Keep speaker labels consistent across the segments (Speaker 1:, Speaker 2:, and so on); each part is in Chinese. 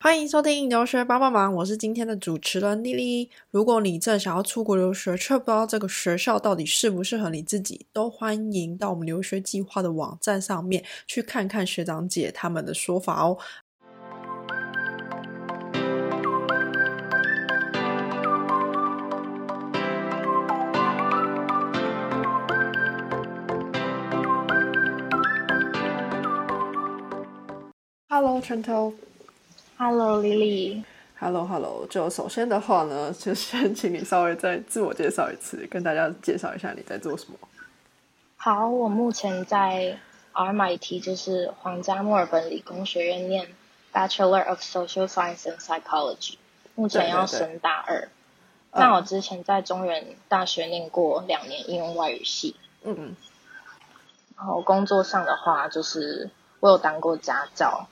Speaker 1: 欢迎收听留学帮帮忙，我是今天的主持人丽丽。如果你正想要出国留学，却不知道这个学校到底适不适合你自己，都欢迎到我们留学计划的网站上面去看看学长姐他们的说法哦。Hello，拳头。
Speaker 2: Hello，丽丽。
Speaker 1: Hello，Hello，就首先的话呢， 就先请你稍微再自我介绍一次，跟大家介绍一下你在做什么。
Speaker 2: 好，我目前在 RMIT，就是皇家墨尔本理工学院念 Bachelor of Social Science and Psychology，目前要升大二。
Speaker 1: 嗯
Speaker 2: 那我之前在中原大学念过两年应用外语系，
Speaker 1: 嗯，
Speaker 2: 然后工作上的话，就是我有当过家教，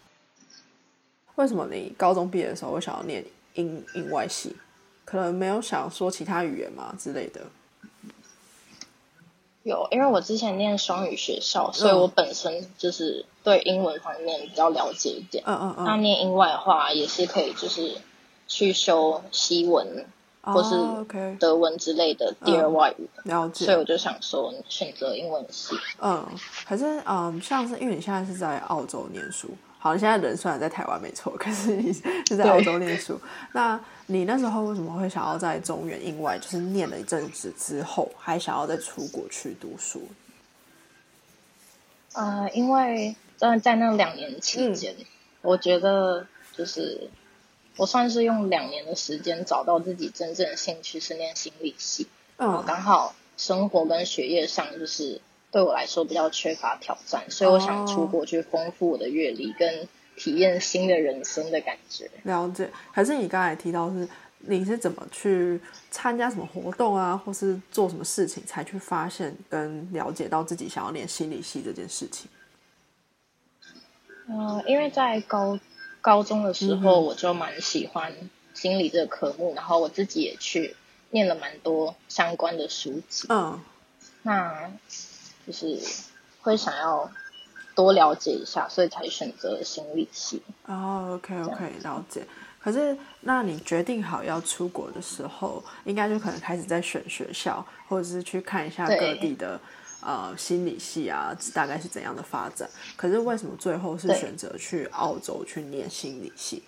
Speaker 1: 为什么你高中毕业的时候会想要念英英外系？可能没有想说其他语言嘛之类的。
Speaker 2: 有，因为我之前念双语学校，所以我本身就是对英文方面比较了解一点。
Speaker 1: 嗯嗯
Speaker 2: 那
Speaker 1: 嗯，
Speaker 2: 念英外的话，也是可以就是去修西文、或是
Speaker 1: 哦 OK，
Speaker 2: 德文之类的第二外语，
Speaker 1: 了解。
Speaker 2: 所以我就想说选择英文系。
Speaker 1: 嗯，可是嗯，像是因为你现在是在澳洲念书，好，你现在人虽然在台湾没错，可是你是在澳洲念书。那你那时候为什么会想要在中原英外，就是念了一阵子之后，还想要再出国去读书？
Speaker 2: 呃，因为在在那两年期间，我觉得就是我算是用两年的时间找到自己真正的兴趣是念心理系，我
Speaker 1: 嗯
Speaker 2: 哦刚好生活跟学业上就是对我来说比较缺乏挑战，所以我想出国去丰富我的阅历跟体验新的人生的感觉。
Speaker 1: 了解。可是你刚才提到是你是怎么去参加什么活动啊，或是做什么事情，才去发现跟了解到自己想要念心理系这件事情？
Speaker 2: 呃，因为在高高中的时
Speaker 1: 嗯
Speaker 2: 候，我就蛮喜欢心理这个科目，然后我自己也去念了蛮多相关的书籍，
Speaker 1: 嗯
Speaker 2: 那就是会想要多了解一下，所以才选择心理系。
Speaker 1: 哦，OK
Speaker 2: 样
Speaker 1: OK，了解。可是，那你决定好要出国的时候，应该就可能开始在选学校，或者是去看一下各
Speaker 2: 对
Speaker 1: 地的呃心理系啊，大概是怎样的发展。可是为什么最后是
Speaker 2: 对
Speaker 1: 选择去澳洲去念心理系？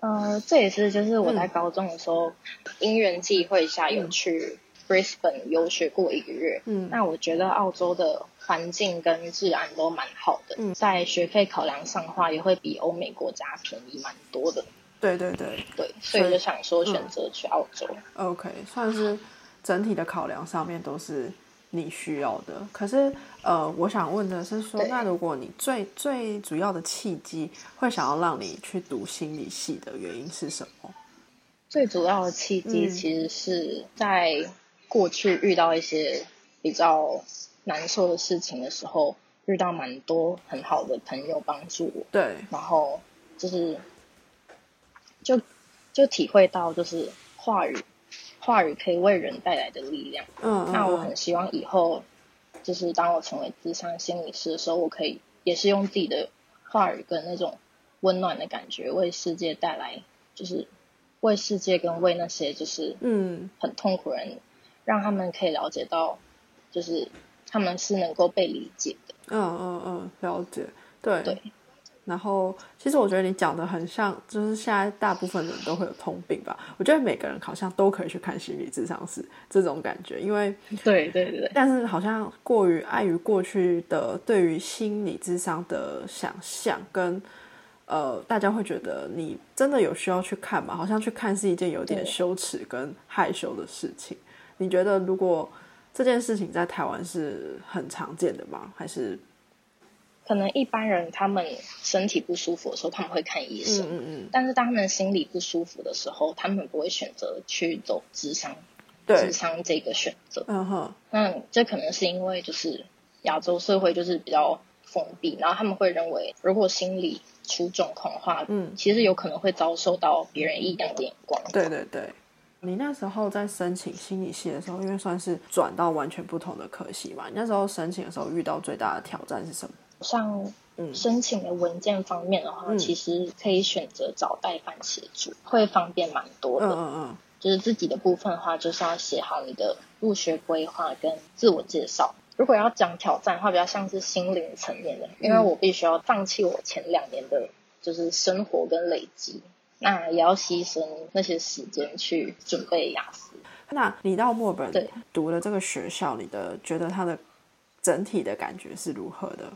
Speaker 2: 呃，这也是就是我在
Speaker 1: 嗯
Speaker 2: 高中的时候，因缘际会下有
Speaker 1: 嗯
Speaker 2: 去 Brisbane 游学过一个月。
Speaker 1: 嗯
Speaker 2: 那我觉得澳洲的环境跟治安都蛮好的，
Speaker 1: 嗯
Speaker 2: 在学费考量上的话，也会比欧美国家便宜蛮多的。
Speaker 1: 对对对
Speaker 2: 对，所
Speaker 1: 所
Speaker 2: 以
Speaker 1: 以嗯
Speaker 2: 我就想说选择去澳洲。
Speaker 1: ，OK，算是整体的考量上面都是你需要的。可是，呃，我想问的是说，
Speaker 2: 对
Speaker 1: 那如果你最最主要的契机会想要让你去读心理系的原因是什么？
Speaker 2: 最主要的契机
Speaker 1: 嗯
Speaker 2: 其实是在过去遇到一些比较难受的事情的时候，遇到蛮多很好的朋友帮助我。
Speaker 1: 对，
Speaker 2: 然后就是就就体会到就是话语，话语可以为人带来的力量。
Speaker 1: 嗯，嗯
Speaker 2: 那我
Speaker 1: 嗯
Speaker 2: 很希望以后就是当我成为智商心理师的时候，我可以也是用自己的话语跟那种温暖的感觉，为世界带来就是为世界跟为那些就是
Speaker 1: 嗯
Speaker 2: 很痛苦的人，让他们可以了解到，就是他们是能够被理解的。
Speaker 1: 嗯嗯嗯，了解，对
Speaker 2: 对。
Speaker 1: 然后，其实我觉得你讲的很像，就是现在大部分人都会有通病吧。我觉得每个人好像都可以去看心理智商师这种感觉，因为
Speaker 2: 对对对对
Speaker 1: 但是好像过于碍于过去的对于心理智商的想象跟。呃，大家会觉得你真的有需要去看吗？好像去看是一件有点
Speaker 2: 对
Speaker 1: 羞耻跟害羞的事情。你觉得如果这件事情在台湾是很常见的吗？还是
Speaker 2: 可能一般人他们身体不舒服的时候，他们会看医生。
Speaker 1: 嗯嗯，
Speaker 2: 但是当他们心理不舒服的时候，他们不会选择去走智商，
Speaker 1: 对
Speaker 2: 智，商这个选择。
Speaker 1: 嗯哼，
Speaker 2: 那这可能是因为就是亚洲社会就是比较封闭，然后他们会认为如果心理出状况的话，
Speaker 1: 嗯
Speaker 2: 其实有可能会遭受到别人异样的眼光。
Speaker 1: 对对对。你那时候在申请心理系的时候，因为算是转到完全不同的科系嘛，你那时候申请的时候遇到最大的挑战是什么？
Speaker 2: 像
Speaker 1: 嗯
Speaker 2: 申请的文件方面的话，
Speaker 1: 嗯
Speaker 2: 其实可以选择找代办协助，会方便蛮多
Speaker 1: 嗯
Speaker 2: 的。
Speaker 1: 嗯
Speaker 2: 就是自己的部分的话，就是要写好你的入学规划跟自我介绍。如果要讲挑战的话，比较像是心灵层面的，因为我必须要放弃我前两年的就是生活跟累积，那也要牺牲那些时间去准备雅思。
Speaker 1: 嗯。那你到墨尔本
Speaker 2: 对
Speaker 1: 读的这个学校，你的觉得它的整体的感觉是如何的？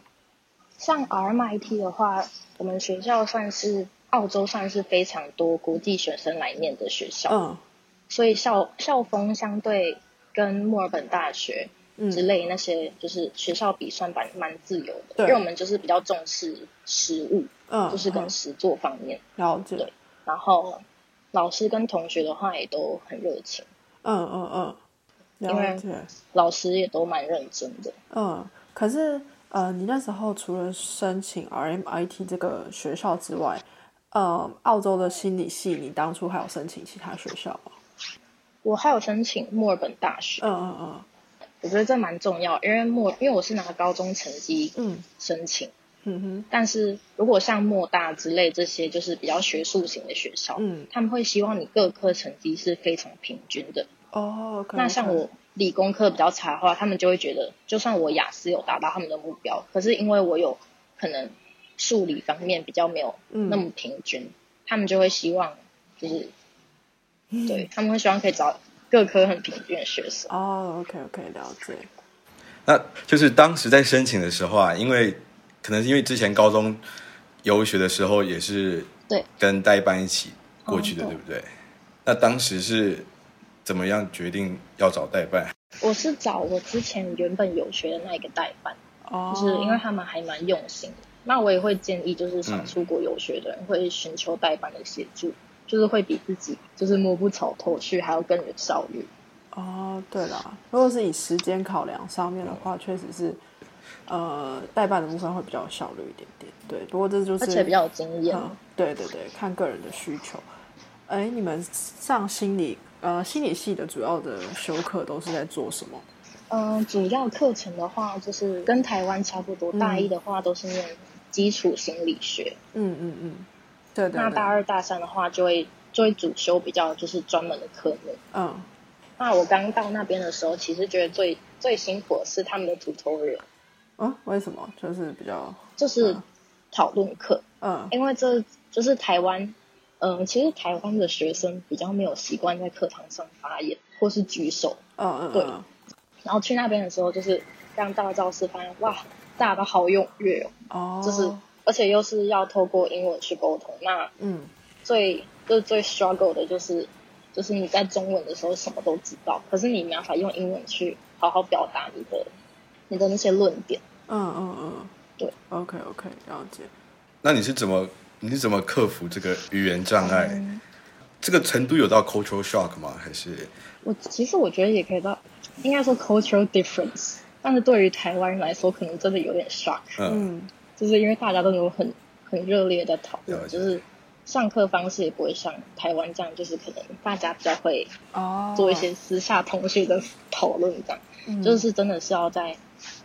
Speaker 2: 像 RMIT 的话，我们学校算是澳洲算是非常多国际学生来念的学校，
Speaker 1: 嗯
Speaker 2: 所以校校风相对跟墨尔本大学之
Speaker 1: 嗯
Speaker 2: 类那些，就是学校比算蛮蛮自由的，
Speaker 1: 对
Speaker 2: 因为我们就是比较重视实物，
Speaker 1: 嗯，
Speaker 2: 就是跟
Speaker 1: 嗯
Speaker 2: 实作方面，
Speaker 1: 了解。
Speaker 2: 对然后老师跟同学的话也都很热情，
Speaker 1: 嗯嗯嗯，
Speaker 2: 因为
Speaker 1: 了解。
Speaker 2: 老师也都蛮认真的。
Speaker 1: 嗯，可是呃，你那时候除了申请 RMIT 这个学校之外，呃，澳洲的心理系，你当初还有申请其他学校吗？
Speaker 2: 我还有申请墨尔本大学，
Speaker 1: 嗯嗯
Speaker 2: 我觉得这蛮重要，因为墨因为我是拿高中成绩
Speaker 1: 嗯
Speaker 2: 申请，
Speaker 1: 嗯
Speaker 2: 但是如果像墨大之类这些就是比较学术型的学校，
Speaker 1: 嗯
Speaker 2: 他们会希望你各科成绩是非常平均的，
Speaker 1: 哼，哦，OK，OK，
Speaker 2: 那像我理工科比较差的话，他们就会觉得，就算我雅思有达到他们的目标，可是因为我有可能数理方面比较没有
Speaker 1: 嗯
Speaker 2: 那么平均，他们就会希望就是，
Speaker 1: 嗯
Speaker 2: 对他们会希望可以找各科很平均的学生。
Speaker 1: 哦，OK OK，了解。
Speaker 3: 那就是当时在申请的时候啊，因为可能是因为之前高中游学的时候也是
Speaker 2: 对
Speaker 3: 跟代班一起过去的，
Speaker 2: 哦
Speaker 3: 嗯对不对？那当时是怎么样决定要找代办？
Speaker 2: 我是找我之前原本有学的那一个代办，
Speaker 1: 哦，
Speaker 2: 就是因为他们还蛮用心的。那我也会建议，就是想出国游学的人会寻求代办的协助，就是会比自己就是摸不着头绪还要更有效率。
Speaker 1: 哦，对啦，如果是以时间考量上面的
Speaker 2: 嗯
Speaker 1: 话，确实是呃，代办的部分会比较有效率一点点。对，不过这就是
Speaker 2: 而且比较有经验。
Speaker 1: 嗯，对对对，看个人的需求。哎，你们上心理呃心理系的主要的修课都是在做什么？
Speaker 2: 嗯、主要课程的话，就是跟台湾差不多，
Speaker 1: 嗯
Speaker 2: 大一的话都是念基础心理学，
Speaker 1: 嗯嗯嗯，对对
Speaker 2: 那
Speaker 1: 对
Speaker 2: 大，二、大三的话就会就会主修比较就是专门的科目。
Speaker 1: 嗯
Speaker 2: 那我刚到那边的时候，其实觉得最最辛苦的是他们的 tutorial，
Speaker 1: 啊，为什么？就是比较
Speaker 2: 就是
Speaker 1: 嗯
Speaker 2: 讨论课，
Speaker 1: 嗯
Speaker 2: 因为这就是台湾，嗯、其实台湾的学生比较没有习惯在课堂上发言或是举手，
Speaker 1: 嗯嗯
Speaker 2: 对
Speaker 1: 嗯，
Speaker 2: 然后去那边的时候，就是让大教室发现哇，大家都好踊跃哦。
Speaker 1: 哦，
Speaker 2: 就是而且又是要透过英文去沟通。那
Speaker 1: 嗯
Speaker 2: 最就是最 struggle 的就是，就是你在中文的时候什么都知道，可是你没办法用英文去好好表达你的你的那些论点。
Speaker 1: 嗯嗯嗯，
Speaker 2: 对
Speaker 1: ，OK OK，了解。
Speaker 3: 那你是怎么你是怎么克服这个语言障碍？这个程度有到 cultural shock 吗？还是
Speaker 2: 我其实我觉得也可以到，应该说 cultural difference，但是对于台湾人来说，可能真的有点 shock，
Speaker 3: 嗯
Speaker 1: 嗯
Speaker 2: 就是因为大家都有很很热烈的讨论，
Speaker 3: 了解
Speaker 2: 就是。上课方式也不会像台湾这样，就是可能大家比较会
Speaker 1: 哦，
Speaker 2: 做一些私下同学的讨论这样。
Speaker 1: 嗯
Speaker 2: 就是真的是要在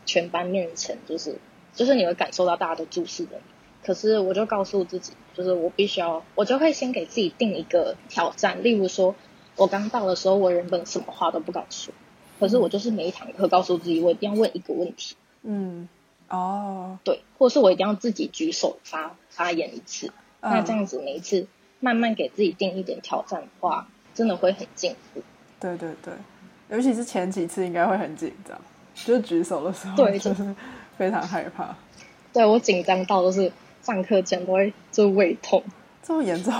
Speaker 2: 全班面前，就是就是你会感受到大家都注视着你。可是我就告诉自己，就是我必须要，我就会先给自己定一个挑战，例如说，我刚到的时候，我原本什么话都不敢说，可是我就是每一堂课告诉自己，我一定要问一个问题，
Speaker 1: 嗯哦，
Speaker 2: 对，或者是我一定要自己举手发发言一次。
Speaker 1: 嗯
Speaker 2: 那这样子每一次慢慢给自己定一点挑战的话，真的会很进步。
Speaker 1: 对对对，尤其是前几次应该会很紧张，就是举手的时候，
Speaker 2: 对
Speaker 1: 就
Speaker 2: 就是
Speaker 1: 非常害怕，
Speaker 2: 对我紧张到都是上课前都会就胃痛。
Speaker 1: 这么严重。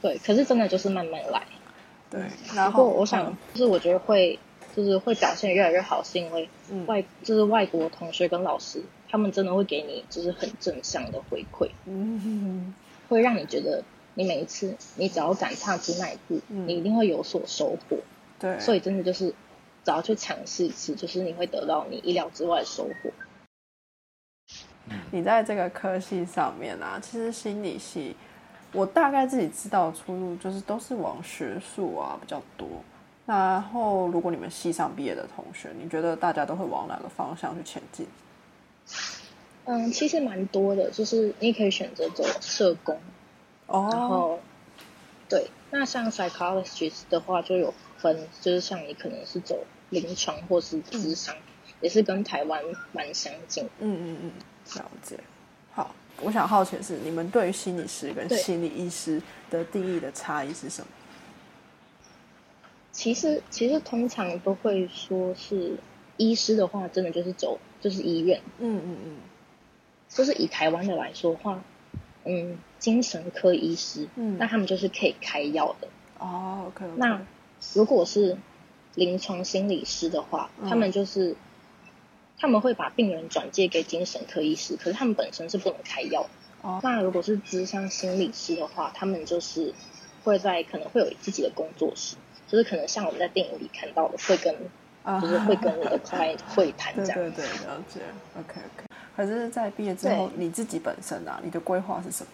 Speaker 2: 对，可是真的就是慢慢来。
Speaker 1: 对，然
Speaker 2: 不过
Speaker 1: 后
Speaker 2: 我想，就是我觉得会，就是会表现越来越好，是因为
Speaker 1: 嗯
Speaker 2: 外，就是外国同学跟老师，他们真的会给你就是很正向的回馈，
Speaker 1: 嗯，
Speaker 2: 会让你觉得你每一次你只要敢踏出那一步，
Speaker 1: 嗯
Speaker 2: 你一定会有所收获。
Speaker 1: 对，
Speaker 2: 所以真的就是只要去尝试一次，就是你会得到你意料之外的收获。
Speaker 1: 你在这个科系上面啊，其实心理系，我大概自己知道的出路就是都是往学术啊比较多。然后，如果你们系上毕业的同学，你觉得大家都会往哪个方向去前进？
Speaker 2: 嗯，其实蛮多的，就是你可以选择走社工，然
Speaker 1: 哦，
Speaker 2: 后对，那像 psychologist 的话就有分，就是像你可能是走临床或是智商，也是跟台湾蛮相近。
Speaker 1: 嗯嗯嗯，了解。好，我想好奇的是，你们对于心理师跟
Speaker 2: 对
Speaker 1: 心理医师的定义的差异是什么？
Speaker 2: 其实其实通常都会说是医师的话，真的就是走就是医院，
Speaker 1: 嗯嗯嗯
Speaker 2: 就是以台湾的来说的话，嗯，精神科医师，
Speaker 1: 嗯
Speaker 2: 那他们就是可以开药的。
Speaker 1: 哦，OK，, o k
Speaker 2: 那如果是临床心理师的话，
Speaker 1: 嗯
Speaker 2: 他们就是他们会把病人转介给精神科医师，可是他们本身是不能开药的。
Speaker 1: 哦
Speaker 2: 那如果是咨商心理师的话，他们就是会在可能会有自己的工作室，就是可能像我们在电影里看到的，会跟
Speaker 1: 啊
Speaker 2: 就是会跟 你的 client 会谈
Speaker 1: 对
Speaker 2: 这样。
Speaker 1: 对对，了解，OK OK。可是，在毕业之后，你自己本身啊，你的规划是什么？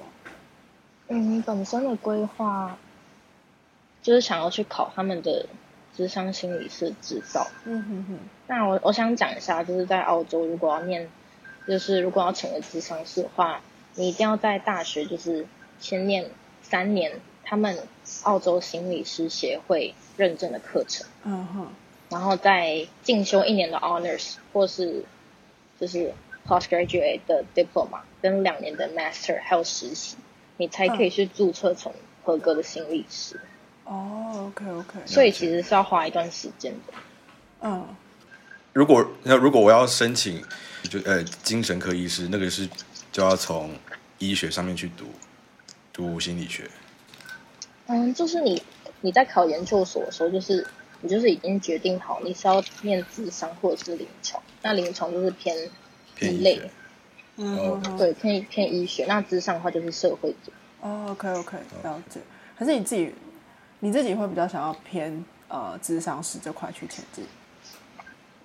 Speaker 2: 嗯，本身的规划就是想要去考他们的咨商心理师执照。
Speaker 1: 嗯哼哼，
Speaker 2: 那我我想讲一下，就是在澳洲，如果要念，就是如果要成为咨商师的话，你一定要在大学就是先念三年他们澳洲心理师协会认证的课程，
Speaker 1: 嗯哼，
Speaker 2: 然后再进修一年的 honors 或是就是 postgraduate 的 diploma 跟两年的 master 还有实习，你才可以去注册成合格的心理师。
Speaker 1: 哦，OK OK，
Speaker 2: 所以其实是要花一段时间的。
Speaker 1: 嗯，
Speaker 3: 如果那如果我要申请，就呃精神科医师，那个是就要从医学上面去读读心理学。
Speaker 2: 嗯，就是你你在考研究所的时候，就是你就是已经决定好你是要念智商或者是临床，那临床就是偏
Speaker 3: 偏
Speaker 2: 一
Speaker 3: 医
Speaker 2: 类
Speaker 3: 学，
Speaker 1: 嗯
Speaker 3: 哦
Speaker 1: 哼哼，
Speaker 2: 对，偏偏医学，那智商的话就是社会组。
Speaker 1: 哦，OK OK，了解。可是你自己，你自己会比较想要偏呃智商师这块去前进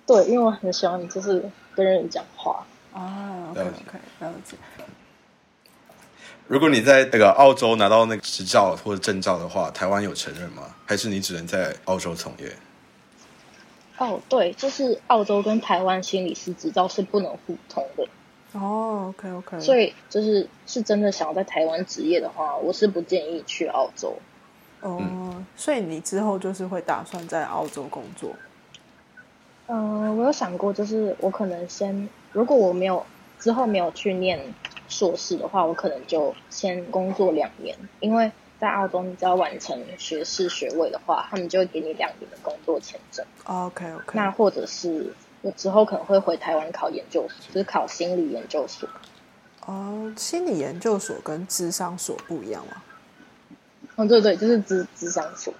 Speaker 2: 对，因为我很喜欢就是跟人讲话。
Speaker 1: 啊？OK
Speaker 3: 了解
Speaker 1: OK，了解。
Speaker 3: 如果你在那个澳洲拿到那个执照或者证照的话，台湾有承认吗？还是你只能在澳洲从业？
Speaker 2: 哦，对，就是澳洲跟台湾心理师执照是不能互通的，
Speaker 1: 哦，OK OK，
Speaker 2: 所以就是是真的想要在台湾职业的话，我是不建议去澳洲。
Speaker 1: 哦，所以你之后就是会打算在澳洲工作？
Speaker 2: 嗯，我有想过，就是我可能先，如果我没有之后没有去念硕士的话，我可能就先工作两年，因为在澳洲，你只要完成学士学位的话，他们就会给你两年的工作签证。
Speaker 1: OK OK，
Speaker 2: 那或者是我之后可能会回台湾考研究所，就是考心理研究所。
Speaker 1: 哦，心理研究所跟智商所不一样吗？
Speaker 2: 嗯，对对，就是职职商所。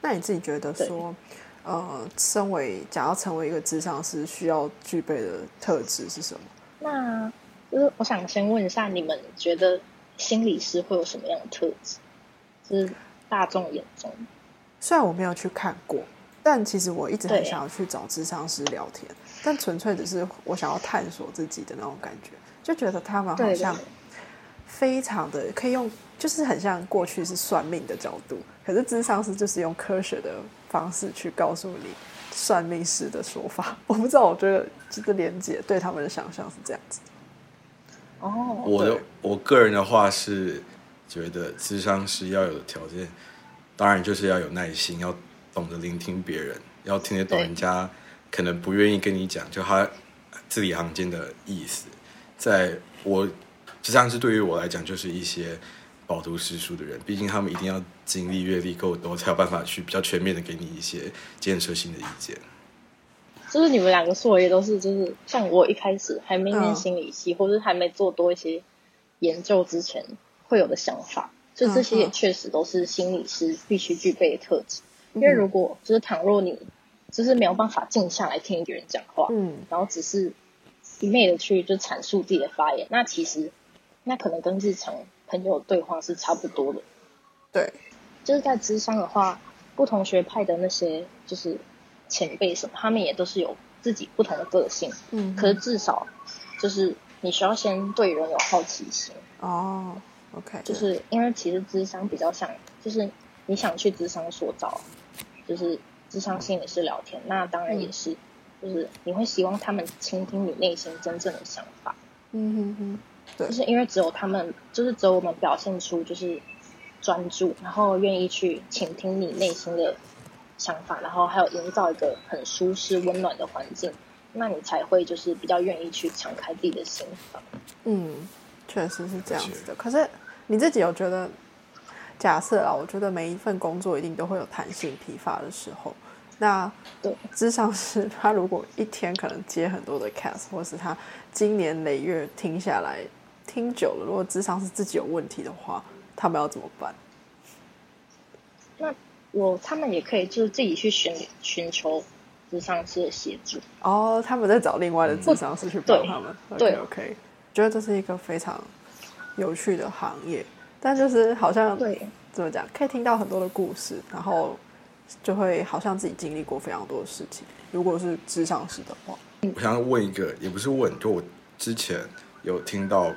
Speaker 1: 那你自己觉得
Speaker 2: 对
Speaker 1: 说，呃，身为想要成为一个智商师，需要具备的特质是什么？
Speaker 2: 那就是我想先问一下，你们觉得心理师会有什么样的特质？就是大众眼中。
Speaker 1: 虽然我没有去看过，但其实我一直很
Speaker 2: 对
Speaker 1: 想要去找智商师聊天，但纯粹只是我想要探索自己的那种感觉，就觉得他们好
Speaker 2: 对对
Speaker 1: 像非常的可以用，就是很像过去是算命的角度，可是智商师就是用科学的方式去告诉你算命师的说法。 我不知道，我觉得就是连接对他们的想象是这样子。
Speaker 2: 哦，
Speaker 3: 我的我个人的话是觉得智商是要有的条件，当然就是要有耐心，要懂得聆听别人，要听得懂
Speaker 2: 对
Speaker 3: 人家可能不愿意跟你讲，就他字里行间的意思。在我智商是对于我来讲，就是一些饱读诗书的人，毕竟他们一定要经历阅历够多，才有办法去比较全面的给你一些建设性的意见。
Speaker 2: 就是你们两个硕也都是，就是像我一开始还没念
Speaker 1: 嗯
Speaker 2: 心理系，或是还没做多一些研究之前会有的想法，所以这些
Speaker 1: 嗯
Speaker 2: 也
Speaker 1: 嗯
Speaker 2: 确实都是心理师必须具备的特质。
Speaker 1: 嗯
Speaker 2: 因为如果就是倘若你就是没有办法静下来听一个人讲话，
Speaker 1: 嗯
Speaker 2: 然后只是一昧的去就阐述自己的发言，那其实那可能跟日常朋友对话是差不多的。
Speaker 1: 哦对，
Speaker 2: 就是在智商的话，不同学派的那些就是前辈什么，他们也都是有自己不同的个性。
Speaker 1: 嗯
Speaker 2: 可是至少就是你需要先对人有好奇心，
Speaker 1: 哦，OK，
Speaker 2: 就是因为其实智商比较像，就是你想去智商所找，就是智商心理师聊天，那当然也是，就是你会希望他们倾听你内心真正的想法，
Speaker 1: 嗯哼哼，对
Speaker 2: 就，是因为只有他们，就是只有我们表现出就是专注，然后愿意去倾听你内心的想法，然后还有营造一个很舒适温暖的环境，那你才会就是比较愿意去敞开自己的心房。
Speaker 1: 嗯，确实是这样
Speaker 3: 是
Speaker 1: 子的。可是你自己有觉得，假设啊，我觉得每一份工作一定都会有弹性疲乏的时候。那
Speaker 2: 对，
Speaker 1: 智商师他如果一天可能接很多的 case，或是他今年累月听下来听久了，如果智商是自己有问题的话，他们要怎么办？
Speaker 2: 那我他们也可以就是自己去寻寻求咨商师的协助。
Speaker 1: 哦，他们在找另外的智商师去帮
Speaker 2: 对
Speaker 1: 他们。
Speaker 2: 嗯对
Speaker 1: o k 觉得这是一个非常有趣的行业，但就是好像
Speaker 2: 对
Speaker 1: 怎么讲，可以听到很多的故事，然后就会好像自己经历过非常多的事情。如果是智商师的话，
Speaker 3: 我想要问一个，也不是问，就我之前有听到，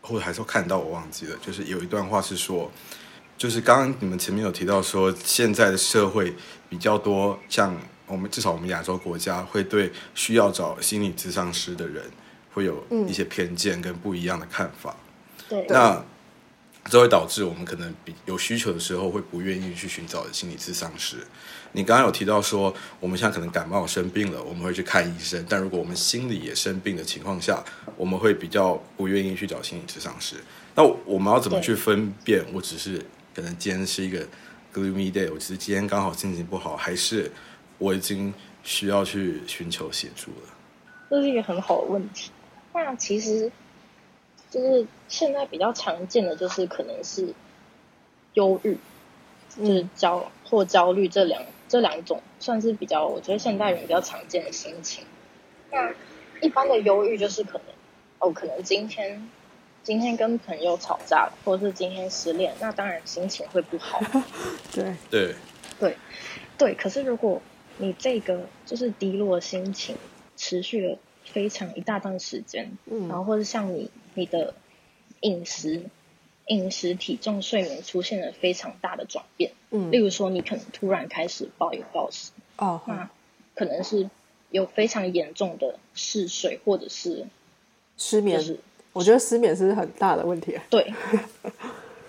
Speaker 3: 或者还是看到，我忘记了，就是有一段话是说，就是刚刚你们前面有提到说，现在的社会比较多，像我们至少我们亚洲国家会对需要找心理咨商师的人会有一些偏见跟不一样的看法。
Speaker 2: 对，
Speaker 3: 那这会导致我们可能比有需求的时候会不愿意去寻找心理咨商师。你刚刚有提到说，我们现在可能感冒生病了，我们会去看医生，但如果我们心理也生病的情况下，我们会比较不愿意去找心理咨商师。那我们要怎么
Speaker 2: 对
Speaker 3: 去分辨？我只是可能今天是一个 gloomy day，我只是今天刚好心情不好，还是我已经需要去寻求协助了？
Speaker 2: 这是一个很好的问题。那其实就是现在比较常见的，就是可能是忧郁，就是焦或焦虑这两这两种，算是比较我觉得现代人比较常见的心情。那一般的忧郁就是可能哦，可能今天今天跟朋友吵架了，或者是今天失恋，那当然心情会不好。
Speaker 1: 对，
Speaker 3: 对，
Speaker 2: 对，对。可是如果你这个就是低落的心情持续了非常一大段时间，
Speaker 1: 嗯
Speaker 2: 然后或者像你你的饮食、饮食、体重、睡眠出现了非常大的转变，例
Speaker 1: 嗯，
Speaker 2: 如说你可能突然开始暴饮暴食，
Speaker 1: 哦，
Speaker 2: 那可能是有非常严重的嗜睡，或者是
Speaker 1: 失眠，
Speaker 2: 就是
Speaker 1: 我觉得失眠是很大的问题。
Speaker 2: 对，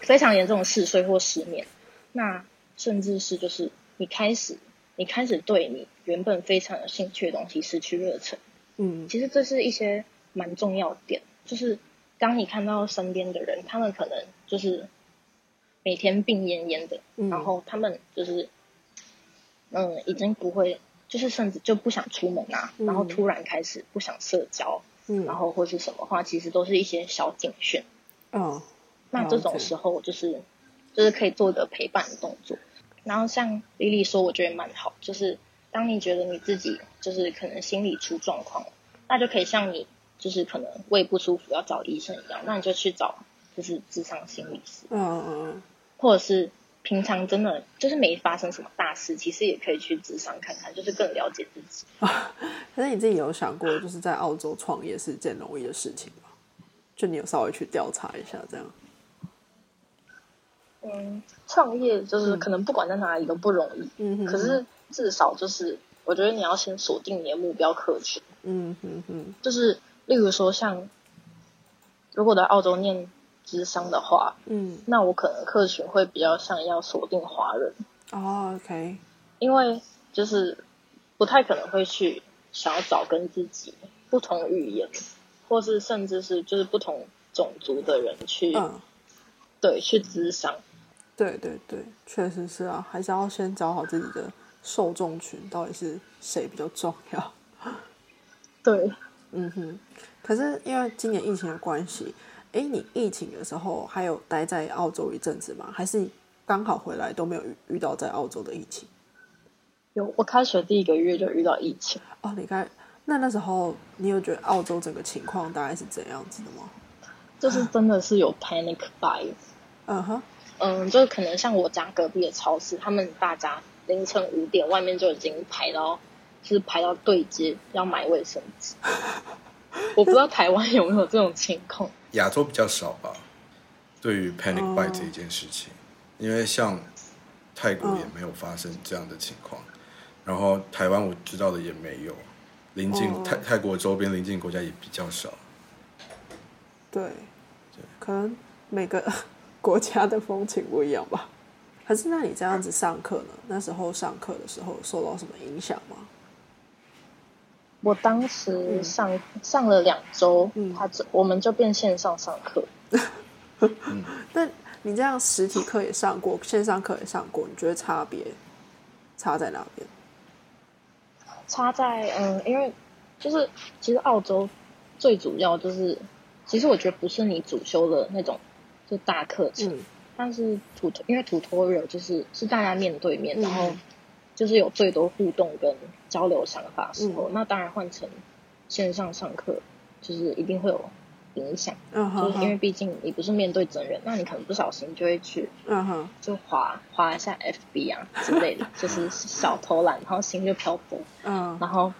Speaker 2: 非常严重的嗜睡或失眠，那甚至是就是你开始你开始对你原本非常有兴趣的东西失去热忱，
Speaker 1: 嗯
Speaker 2: 其实这是一些蛮重要的点，就是当你看到身边的人，他们可能就是每天病恹恹的，
Speaker 1: 嗯
Speaker 2: 然后他们就是嗯已经不会。就是甚至就不想出门啊，然后
Speaker 1: 嗯
Speaker 2: 突然开始不想社交，
Speaker 1: 嗯，
Speaker 2: 然后或是什么话，其实都是一些小警讯。
Speaker 1: 嗯
Speaker 2: 那这种时候就是就是可以做一个陪伴的动作。然后像丽丽说，我觉得蛮好，就是当你觉得你自己就是可能心理出状况了，那就可以像你就是可能胃不舒服要找医生一样，那你就去找就是智商心理师，
Speaker 1: 嗯嗯
Speaker 2: 或者是平常真的就是没发生什么大事，其实也可以去智商看看，就是更了解自己。
Speaker 1: 嗯，可是你自己有想过，就是在澳洲创业是件容易的事情吗？就你有稍微去调查一下，这样。
Speaker 2: 嗯，创业就是可能不管在哪里都不容易，
Speaker 1: 嗯哼，
Speaker 2: 可是至少就是我觉得你要先锁定你的目标客群。
Speaker 1: 嗯哼哼，
Speaker 2: 就是例如说像，如果在澳洲念智商的话，
Speaker 1: 嗯，
Speaker 2: 那我可能客群会比较像要锁定华人，
Speaker 1: 哦，OK，
Speaker 2: 因为就是不太可能会去想要找跟自己不同语言，或是甚至是就是不同种族的人去、
Speaker 1: 嗯，
Speaker 2: 对去智商。
Speaker 1: 对对对，确实是啊，还是要先找好自己的受众群到底是谁比较重要。
Speaker 2: 对，
Speaker 1: 嗯哼，可是因为今年疫情的关系，诶，你疫情的时候还有待在澳洲一阵子吗？还是刚好回来都没有遇遇到在澳洲的疫情？
Speaker 2: 有我开学第一个月就遇到疫情，
Speaker 1: 哦，你该那那时候你有觉得澳洲整个情况大概是怎样子的吗？
Speaker 2: 就是真的是有 panic buy。
Speaker 1: 嗯哼，
Speaker 2: 嗯，就可能像我家隔壁的超市，他们大家凌晨五点外面就已经排到，就是排到对接要买卫生纸。我不知道台湾有没有这种情况。
Speaker 3: 亚洲比较少吧，对于 panic
Speaker 1: 哦
Speaker 3: buy 这一件事情，因为像泰国
Speaker 1: 嗯
Speaker 3: 也没有发生这样的情况，然后台湾我知道的也没有，邻近、
Speaker 1: 哦
Speaker 3: 泰泰国周边邻近国家也比较少，
Speaker 1: 对，可能每个国家的风情不一样吧。可是，那你这样子上课呢？那时候上课的时候受到什么影响吗？
Speaker 2: 我当时上、上了两周，
Speaker 1: 嗯
Speaker 2: 他就我们就变线上上课。
Speaker 1: 那你这样实体课也上过，线上课也上过，你觉得差别差在哪边？
Speaker 2: 差在嗯，因为就是其实澳洲最主要就是，其实我觉得不是你主修的那种就大课程，
Speaker 1: 嗯
Speaker 2: 但是土因为 tutorial 就是是大家面对面，
Speaker 1: 嗯
Speaker 2: 然后就是有最多互动跟交流想法的时候，那当然换成线上上课，就是一定会有影响，
Speaker 1: 嗯
Speaker 2: 就
Speaker 1: 哼
Speaker 2: 是因为
Speaker 1: 哼，
Speaker 2: 毕竟你不是面对真人，那你可能不小心就会去
Speaker 1: 嗯哼，
Speaker 2: 就滑滑一下 FB 啊之类的，就是小偷懒，然后心就漂泊。
Speaker 1: 嗯
Speaker 2: 然后，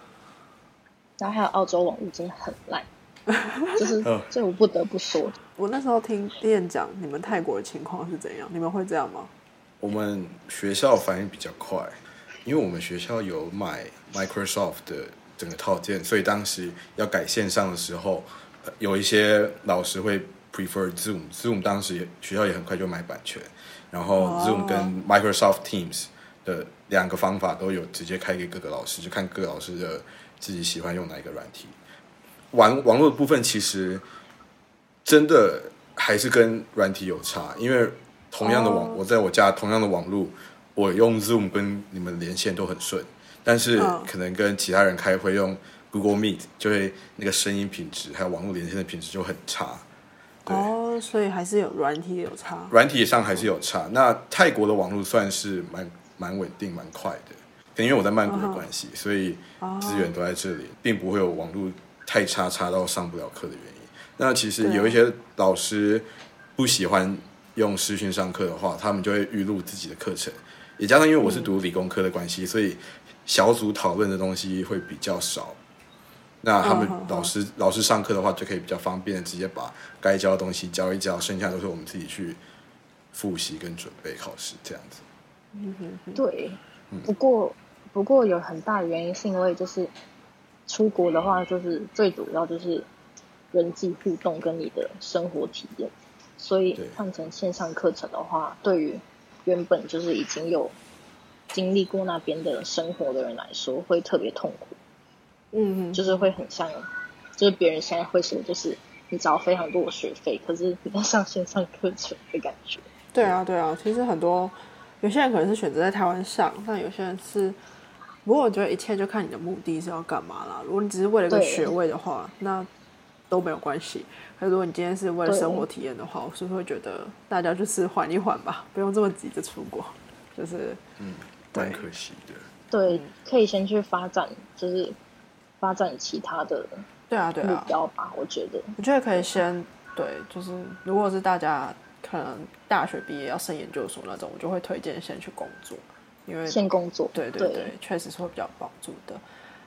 Speaker 2: 然后还有澳洲网络真的很烂，就是
Speaker 3: 嗯
Speaker 2: 这我不得不说，
Speaker 1: 我那时候听店讲你们泰国的情况是怎样，你们会这样吗？
Speaker 3: 我们学校反应比较快，因为我们学校有买 Microsoft 的整个套件，所以当时要改线上的时候，呃有一些老师会 prefer Zoom。Zoom 当时也学校也很快就买版权，然后
Speaker 1: 哦
Speaker 3: Zoom 跟 Microsoft Teams 的两个方法都有直接开给各个老师，就看各个老师的自己喜欢用哪一个软体。网网络的部分其实真的还是跟软体有差，因为同样的网
Speaker 1: 哦
Speaker 3: 我在我家同样的网路，我用 Zoom 跟你们连线都很顺，但是
Speaker 1: 嗯
Speaker 3: 可能跟其他人开会用 Google Meet 就会那个声音品质还有网络连线的品质就很差。对
Speaker 1: 哦，所以还是有软体有差。
Speaker 3: 软体上还是有差。那泰国的网络算是蛮蛮稳定、蛮快的，可能因为我在曼谷的关系，所以资源都在这里，并不会有网络太差差到上不了课的原因。那其实有一些老师不喜欢用视讯上课的话，他们就会预录自己的课程，也加上因为我是读理工科的关系，所以小组讨论的东西会比较少。那他们
Speaker 1: 嗯嗯嗯
Speaker 3: 老师、老师上课的话，就可以比较方便，直接把该教的东西教一教，剩下都是我们自己去复习跟准备考试这样子。
Speaker 2: 对，不过不过有很大的原因是因为就是出国的话，就是最主要就是人际互动跟你的生活体验，所以
Speaker 3: 对
Speaker 2: 换成线上课程的话，对于原本就是已经有经历过那边的生活的人来说，会特别痛苦。
Speaker 1: 嗯哼，
Speaker 2: 就是会很像，就是别人现在会说，就是你找非常多的学费，可是你在上线上课程的感觉。
Speaker 1: 对啊，对啊。其实很多有些人可能是选择在台湾上，但有些人是，不过我觉得一切就看你的目的是要干嘛啦。如果你只是为了一个
Speaker 2: 对
Speaker 1: 学位的话，那都没有关系。可是如果你今天是为了
Speaker 2: 对
Speaker 1: 生活体验的话，我是会觉得大家就是缓一缓吧，不用这么急着出国。 就是
Speaker 3: 嗯，
Speaker 1: 对
Speaker 3: 蛮可惜的。
Speaker 2: 对，
Speaker 1: 嗯
Speaker 2: 可以先去发展，就是发展其他的
Speaker 1: 对啊，对
Speaker 2: 目
Speaker 1: 啊，
Speaker 2: 标吧。我觉得，
Speaker 1: 我觉得可以先对，就是如果是大家可能大学毕业要升研究所那种，我就会推荐先去工作，因为
Speaker 2: 先工作，
Speaker 1: 对对
Speaker 2: 对
Speaker 1: 对，确实是会比较有帮助的。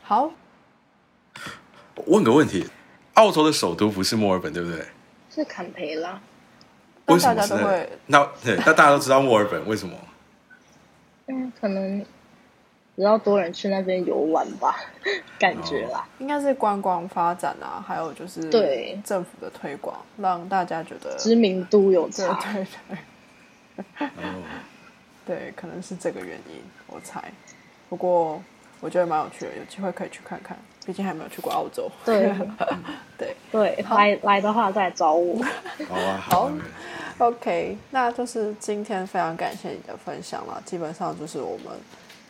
Speaker 1: 好，
Speaker 3: 我问个问题，澳洲的首都不是墨尔本，对不对？
Speaker 2: 是坎培拉，
Speaker 1: 那
Speaker 3: 为什么
Speaker 1: 大家
Speaker 3: 是那
Speaker 1: 都
Speaker 3: 里
Speaker 1: 会？
Speaker 3: 那对，那大家都知道墨尔本，为什么？
Speaker 2: 嗯，可能比较多人去那边游玩吧， 感觉啦。
Speaker 1: 应该是观光发展啊，还有就是
Speaker 2: 对
Speaker 1: 政府的推广，让大家觉得
Speaker 2: 知名度有
Speaker 1: 对
Speaker 2: 差，
Speaker 1: 对对
Speaker 3: 哦，
Speaker 1: 对，可能是这个原因，我猜。不过我觉得蛮有趣的，有机会可以去看看，毕竟还没有去过澳洲。
Speaker 2: 对
Speaker 1: 对。
Speaker 2: 对，来来的话再找我。
Speaker 3: 好啊，好啊。
Speaker 1: 好
Speaker 3: 没问题
Speaker 1: OK，那就是今天非常感谢你的分享啦。基本上就是我们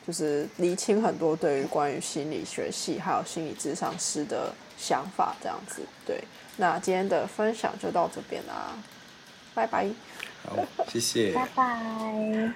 Speaker 1: 就是厘清很多对于关于心理学系还有心理智商师的想法，这样子。对，那今天的分享就到这边啦，拜拜。
Speaker 3: 好，谢谢。
Speaker 2: 拜拜。